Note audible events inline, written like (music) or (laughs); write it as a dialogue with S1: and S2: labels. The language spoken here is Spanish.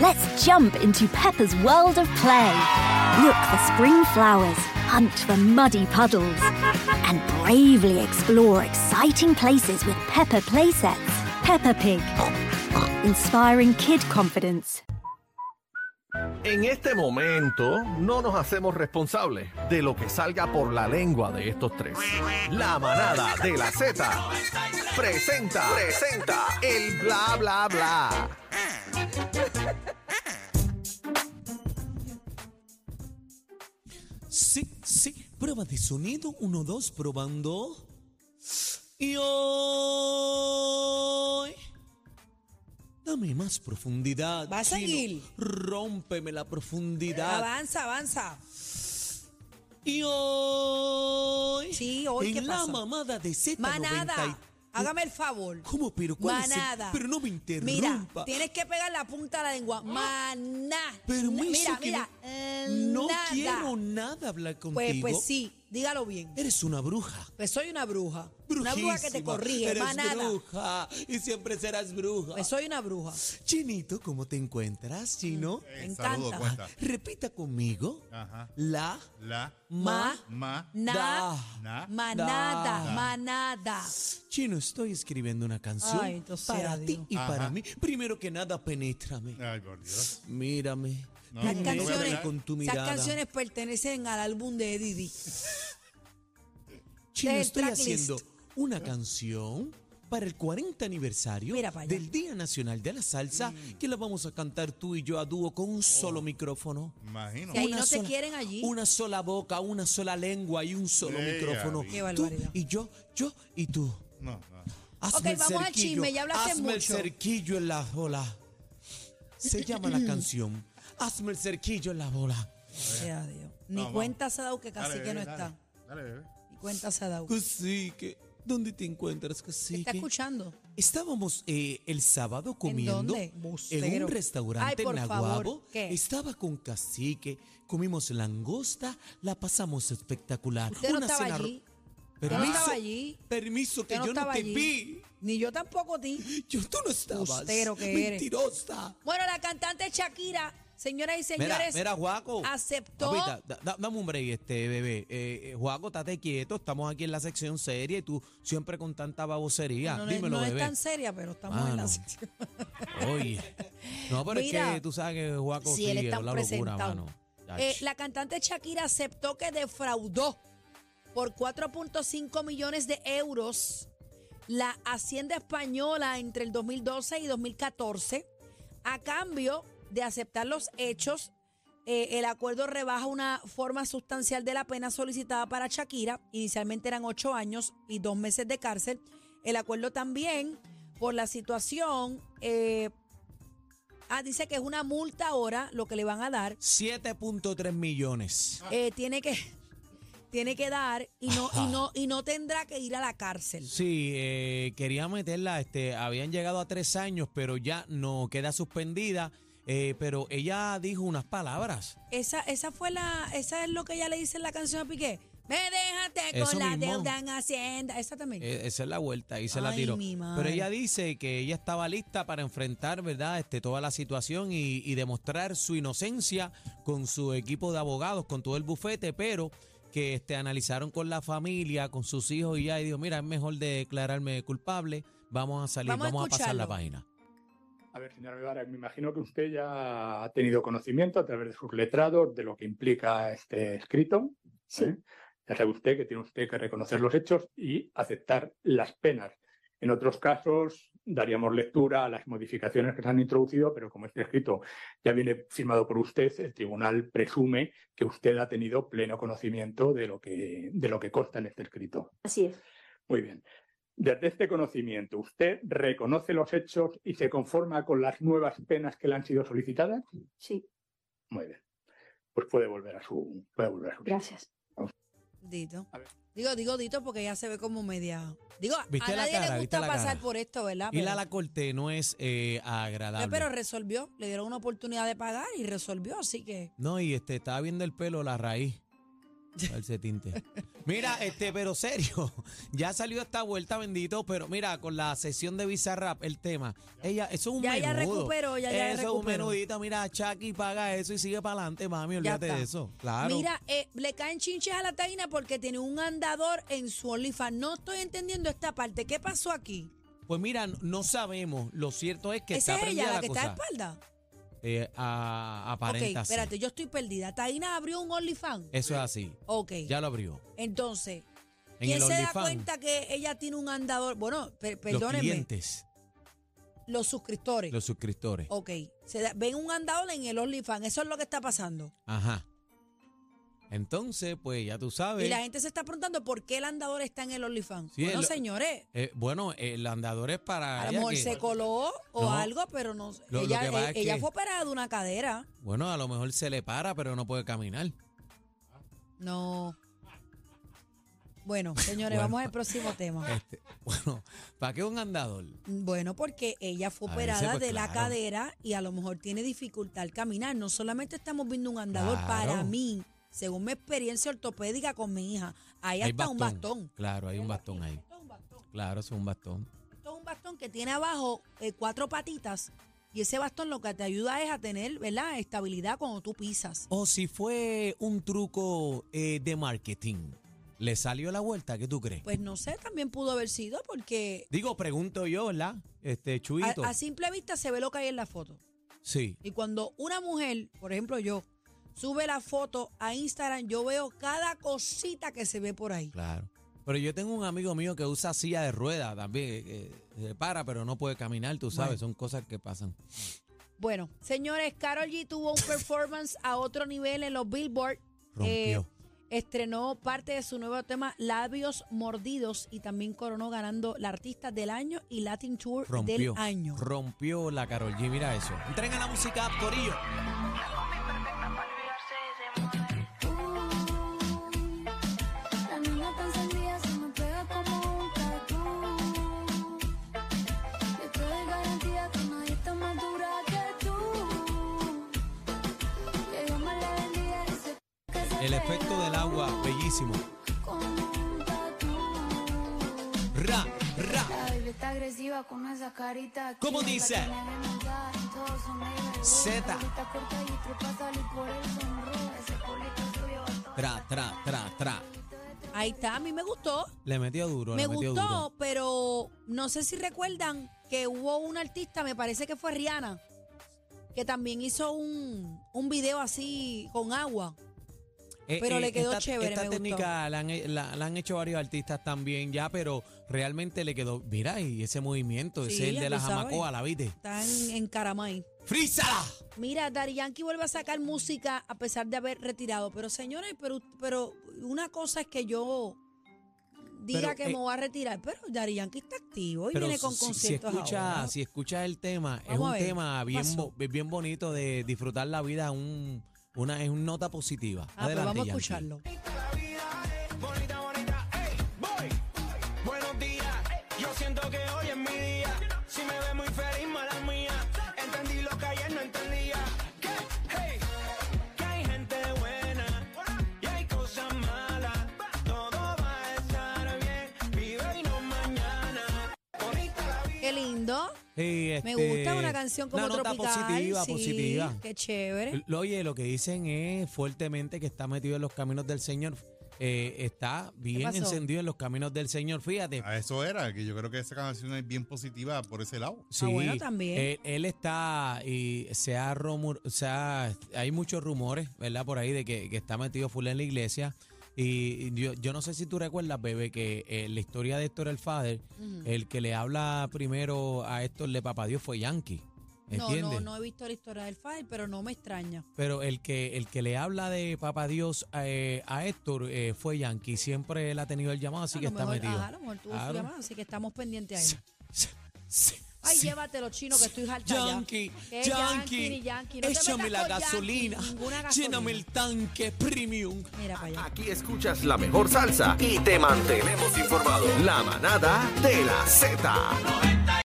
S1: Let's jump into Peppa's world of play. Look for spring flowers, hunt for muddy puddles, and bravely explore exciting places with Peppa playsets. Peppa Pig. Inspiring kid confidence.
S2: En este momento no nos hacemos responsables de lo que salga por la lengua de estos tres. La manada de la Z presenta, presenta el bla bla bla.
S3: Sí, sí. Prueba de sonido. Uno, dos, probando. Y hoy. Dame más profundidad.
S4: ¿Vas a
S3: Chino.
S4: seguir?
S3: Rómpeme la profundidad.
S4: Avanza, avanza.
S3: Y hoy.
S4: Sí, hoy,
S3: En
S4: ¿qué
S3: la
S4: pasa?
S3: mamada de Z90.
S4: Manada, hágame el favor.
S3: ¿Cómo? ¿Pero cuál es el-
S4: Manada.
S3: Pero no me
S4: Mira,
S3: interrumpa. Ah,
S4: tienes que pegar la punta a la lengua. Maná.
S3: Permiso
S4: Mira,
S3: que
S4: mira.
S3: no-
S4: eh,
S3: No
S4: nada.
S3: quiero nada hablar contigo.
S4: Pues, pues sí, dígalo bien.
S3: Eres una bruja.
S4: Pues soy una bruja.
S3: Brujísima.
S4: Una bruja que te corrige,
S3: Eres
S4: manada.
S3: bruja y siempre serás bruja.
S4: Pues soy una bruja.
S3: Chinito, ¿cómo te encuentras, Chino?
S4: Me
S5: Eh, saludo,
S4: encanta.
S5: cuenta.
S3: Repita conmigo.
S5: Ajá.
S3: La
S5: La,
S3: ma.
S5: ma,
S4: Na, ¿Ah?
S5: Na.
S3: Da.
S4: manada, manada.
S3: Chino, estoy escribiendo una canción
S4: Ay, entonces,
S3: para
S4: adiós.
S3: ti y
S5: Ajá. Ah.
S3: para mí. Primero que nada, penétrame.
S5: ay por Dios.
S3: Mírame.
S5: No,
S4: Las
S5: no te voy a
S4: canciones,
S5: pegar.
S3: con tu
S4: esas
S3: mirada.
S4: canciones pertenecen al álbum de Didi.
S3: Chino,
S4: del
S3: estoy
S4: tracklist.
S3: haciendo una canción para el 40 aniversario
S4: Mira para allá.
S3: del Día Nacional de la Salsa
S5: Mm.
S3: que la vamos a cantar tú y yo a dúo con un
S5: Oh.
S3: solo micrófono.
S5: Imagino.
S4: Sí, ahí no te quieren allí.
S3: Una sola boca, una sola lengua y un solo
S5: Ey,
S3: micrófono.
S5: Abby.
S4: Qué
S3: tú
S4: barbaridad.
S3: y yo, yo y tú.
S5: No, no.
S3: Hazme
S4: Ok,
S3: el
S4: vamos al
S3: cerquillo,
S4: chisme, ya hablaste
S3: hazme el
S4: mucho.
S3: cerquillo en la bola.
S4: (laughs)
S3: Se llama la canción. Hazme el cerquillo en la bola.
S4: Sea Dios. Ni
S5: Vamos.
S4: cuenta se ha dado que
S5: Dale,
S4: casi que no
S5: bebé,
S4: está.
S5: Dale, Dale, bebé.
S4: Ni cuenta se ha dado.
S3: Cacique, ¿dónde te encuentras,
S4: ¿Te
S3: cacique?
S4: está escuchando?
S3: Estábamos eh, el sábado comiendo
S4: dónde?
S3: en
S4: Bustero.
S3: un restaurante
S4: Ay, por
S3: en Aguabo.
S4: favor, ¿qué?
S3: Estaba con cacique, comimos langosta, la pasamos espectacular.
S4: Usted no
S3: Una
S4: estaba
S3: cena ro-
S4: allí. Usted
S3: Permiso,
S4: no estaba allí.
S3: permiso que
S4: Usted no
S3: yo no
S4: estaba
S3: te
S4: allí.
S3: vi.
S4: Ni yo tampoco a ti.
S3: Yo tú no estabas.
S4: Ustero que eres.
S3: Mentirosa.
S4: Bueno, la cantante Shakira, señoras y
S3: Mira,
S4: señores,
S3: mira, Juaco.
S4: aceptó.
S3: Papita, da- da- dame un break, este bebé. Eh, eh, Juaco, estate quieto. Estamos aquí en la sección seria y tú siempre con tanta babosería.
S4: no, no es-
S3: Dímelo,
S4: no
S3: bebé.
S4: es tan seria, pero estamos en
S3: Mano.
S4: la sección.
S3: Oye. No, pero es
S4: Mira,
S3: que tú sabes que Juaco
S4: Si él
S3: sigue
S4: está
S3: con la locura, mano.
S4: presentado. Eh, la cantante Shakira aceptó que defraudó por 4.5 millones de euros la Hacienda Española entre el 2012 y 2014 a cambio de aceptar los hechos eh, el acuerdo rebaja una forma sustancial de la pena solicitada para Shakira. Inicialmente eran ocho años y dos meses de cárcel. El acuerdo también, por la situación, eh, ah, dice que es una multa ahora lo que le van a dar.
S3: 7.3 millones.
S4: Eh, tiene que (laughs) tiene que dar y no y no y no tendrá que ir a la cárcel.
S3: Sí, eh, quería meterla, este, habían llegado a tres años, pero ya no queda suspendida. eh, pero ella dijo unas palabras.
S4: Esa esa fue la esa es lo que ella le dice en la canción a Piqué. Me dejaste
S3: Eso
S4: con la
S3: mismo.
S4: deuda en Hacienda. Esa también.
S3: Eh, Esa es la vuelta, y se la
S4: Ay,
S3: tiró.
S4: mi madre.
S3: Pero ella dice que ella estaba lista para enfrentar, ¿verdad?, este, toda la situación y, y demostrar su inocencia con su equipo de abogados, con todo el bufete, pero que este, analizaron con la familia, con sus hijos y ya, y dijo, mira, es mejor declararme culpable, vamos a salir,
S4: Vamos a
S3: vamos, a pasar la
S4: escucharlo.
S3: página.
S6: A ver, señora Guevara, me imagino que usted ya ha tenido conocimiento a través de sus letrados de lo que implica este escrito. ¿eh? Ya sabe usted que tiene usted que reconocer los hechos y aceptar las penas. En otros casos daríamos lectura a las modificaciones que se han introducido, pero como este escrito ya viene firmado por usted, el tribunal presume que usted ha tenido pleno conocimiento de lo que, de lo que consta en este escrito.
S7: Así es.
S6: Muy bien. Desde este conocimiento, ¿usted reconoce los hechos y se conforma con las nuevas penas que le han sido solicitadas?
S7: Sí,
S6: Muy bien. Pues puede volver a su, puede volver a su sitio.
S7: gracias.
S4: Dito.
S6: A ver.
S4: Digo, digo Dito porque ya se ve como media. Digo,
S3: ¿Viste
S4: a
S3: la
S4: nadie
S3: cara?
S4: le
S3: ¿Viste
S4: gusta
S3: la
S4: pasar
S3: cara?
S4: por esto, ¿verdad?
S3: Y
S4: Pero,
S3: la la corte no es eh,
S4: Ah, pues. no,
S3: agradable.
S4: pero resolvió, le dieron una oportunidad de pagar y resolvió, así que (laughs)
S3: No, y este, estaba viendo el pelo, la raíz. Para ese tinte. Mira, este, pero serio, (laughs) ya salió esta vuelta, bendito, pero mira, con la sesión de Bizarrap, el tema. Ella, eso es un
S4: Ya ella
S3: menudo.
S4: recuperó, ya ella
S3: Eso es un
S4: recuperó.
S3: menudito, mira, Chucky paga eso y sigue para adelante, mami, olvídate
S4: está.
S3: de eso. Claro.
S4: Mira, eh, le caen chinches a la taina porque tiene un andador en su OnlyFans. No estoy entendiendo esta parte. ¿Qué pasó aquí?
S3: Pues mira, no sabemos, lo cierto es que
S4: ¿Esa
S3: está
S4: es ella
S3: prendida
S4: la,
S3: la
S4: que
S3: cosa.
S4: está de espalda?
S3: Eh, a, aparenta
S4: ok,
S3: así.
S4: espérate, yo estoy perdida. Taina abrió un OnlyFans.
S3: Eso es así.
S4: Ok.
S3: Ya lo abrió.
S4: Entonces,
S3: En el
S4: ¿quién se da
S3: OnlyFans,
S4: cuenta que ella tiene un andador? Bueno, per-
S3: Los
S4: perdónenme,
S3: clientes,
S4: los, suscriptores.
S3: los suscriptores.
S4: Ok, se da- ven un andador en el OnlyFans. Eso es lo que está pasando.
S3: Ajá. Entonces, pues ya tú sabes.
S4: Y la gente se está preguntando por qué el andador está en el OnlyFans.
S3: Sí,
S4: bueno,
S3: el-
S4: señores,
S3: Eh, bueno, el andador es para.
S4: a lo
S3: ella
S4: mejor
S3: que-
S4: se coló o
S3: No.
S4: algo, pero no.
S3: lo
S4: ella
S3: que pasa
S4: eh,
S3: es
S4: ella
S3: que-
S4: fue operada de una cadera.
S3: Bueno, a lo mejor se le para, pero no puede caminar. (laughs)
S4: No.
S3: (laughs)
S4: Bueno, señores,
S3: Bueno.
S4: vamos al próximo tema.
S3: Este, bueno, ¿para qué un andador?
S4: Bueno, porque ella fue
S3: A veces,
S4: operada
S3: pues,
S4: de la
S3: claro.
S4: cadera y a lo mejor tiene dificultad al caminar. No solamente estamos viendo un andador
S3: Claro.
S4: para mí, según mi experiencia ortopédica con mi hija, ahí
S3: Hay
S4: está un bastón.
S3: Claro, hay un bastón ahí.
S4: Esto es un bastón.
S3: Claro, eso es un bastón.
S4: Esto es un bastón que tiene abajo eh, cuatro patitas y ese bastón lo que te ayuda es a tener, ¿verdad? Estabilidad cuando tú pisas.
S3: O si fue un truco eh, de marketing. ¿Le salió la vuelta? ¿Qué tú crees?
S4: Pues no sé, también pudo haber sido porque
S3: Digo, pregunto yo, ¿verdad? Este,
S4: a,
S3: Chuito.
S4: a simple vista se ve lo que hay en la foto.
S3: sí.
S4: Y cuando una mujer, por ejemplo yo, sube la foto a Instagram, yo veo cada cosita que se ve por ahí.
S3: Claro. Pero yo tengo un amigo mío que usa silla de rueda también. eh, se para, pero no puede caminar, tú sabes. Son cosas que pasan.
S4: Bueno, señores, Carol G tuvo un performance a otro nivel en los Billboard. Eh,
S3: Rompió.
S4: estrenó parte de su nuevo tema Labios Mordidos y también coronó ganando la Artista del Año y Latin Tour
S3: rompió.
S4: del Año.
S3: Rompió la Carol G. Mira eso. Entrega la música, app, Corillo.
S5: La niña tan sangría se me pega como un tatu. Yo te doy garantía que nadie está más dura que tú. Que Dios me la bendiga y se- que se
S3: El efecto
S5: pega
S3: del agua, bellísimo.
S5: como un tatu.
S3: Ra, ra.
S5: La baby está agresiva con esa carita. aquí,
S3: ¿Cómo
S5: la
S3: dice?
S5: tiene bien montada en todo su nivel.
S3: Zeta.
S5: Colita corta y trepa, salir por el sunroof. Ese culito suyo va todo.
S3: Tra, tra, tra, tra.
S4: Ahí está, a mí me gustó.
S3: Le metió duro,
S4: me
S3: le metió
S4: gustó,
S3: duro.
S4: pero no sé si recuerdan que hubo una artista, me parece que fue Rihanna, que también hizo un, un video así con agua.
S3: Eh,
S4: pero
S3: eh,
S4: le quedó
S3: esta-
S4: chévere,
S3: Esta
S4: me gustó.
S3: técnica la han, la- la han hecho varios artistas también ya, pero realmente le quedó. Mira, y ese movimiento,
S4: Sí,
S3: ese es el
S4: ya
S3: de la
S4: tú sabes.
S3: jamacoa, ¿la viste?
S4: Está en, en Caramay.
S3: ¡Frízala!
S4: Mira, Dari Yankee vuelve a sacar música a pesar de haber retirado. Pero señores, pero, pero una cosa es que yo diga
S3: Pero,
S4: que
S3: eh,
S4: me voy a retirar, pero Dari Yankee está activo y
S3: Pero
S4: viene con
S3: si, si
S4: conciertos
S3: escucha,
S4: ahora.
S3: si escucha el tema, es
S4: Vamos a
S3: un
S4: ver,
S3: tema
S4: ¿qué
S3: bien,
S4: pasó?
S3: bo- bien bonito de disfrutar la vida, un, una, es una nota positiva.
S4: Ah, pues
S3: Adelante,
S4: vamos a
S3: Yankee.
S4: escucharlo.
S7: La vida es bonita, bonita, ey, voy. Buenos días, yo siento que hoy es mi día. Si me ve muy feliz, mala mía. Entendí lo que ayer no entendía. Que, hey, que hay gente buena y hay cosas malas. Todo va a estar bien, vive y no mañana. Bonita la vida.
S4: Qué lindo.
S3: Sí,
S4: Me
S3: este,
S4: gusta una canción como
S3: una nota
S4: tropical.
S3: positiva,
S4: sí,
S3: positiva.
S4: Qué chévere.
S3: Lo- Oye, lo que dicen es fuertemente que está metido en los caminos del Señor. Eh, está bien
S4: pasó?
S3: encendido en los caminos del Señor, fíjate.
S8: A eso era, que yo creo que esa canción es bien positiva por ese lado.
S3: Sí,
S4: Ah, bueno, también.
S3: Él, él está y se ha rumor, o sea, hay muchos rumores, ¿verdad? Por ahí de que, que está metido full en la iglesia. Y yo, yo no sé si tú recuerdas, bebé, que eh, la historia de Héctor el Father, el que le habla primero a Héctor de Papá Dios fue Yankee.
S4: No,
S3: ¿Entiendes?
S4: no, no he visto la historia del file, pero no me extraña.
S3: Pero el que, el que le habla de Papá Dios eh, a Héctor eh, fue Yankee. Siempre él ha tenido el llamado, así
S4: a
S3: que
S4: lo
S3: está
S4: mejor,
S3: metido.
S4: ajá, a lo mejor tuvo su
S3: Claro.
S4: llamada, así que estamos pendientes a él.
S3: (laughs) Sí,
S4: Ay,
S3: sí.
S4: llévatelo, chino, que estoy harta ya.
S3: Yankee,
S4: ¿Qué
S3: Yankee,
S4: ni yankee? No te
S3: échame
S4: metas
S3: la
S4: con yankee,
S3: gasolina,
S4: ninguna gasolina.
S3: lléname el tanque premium.
S4: Mira para allá.
S2: Aquí escuchas la mejor salsa y te mantenemos informado. La manada de la Z.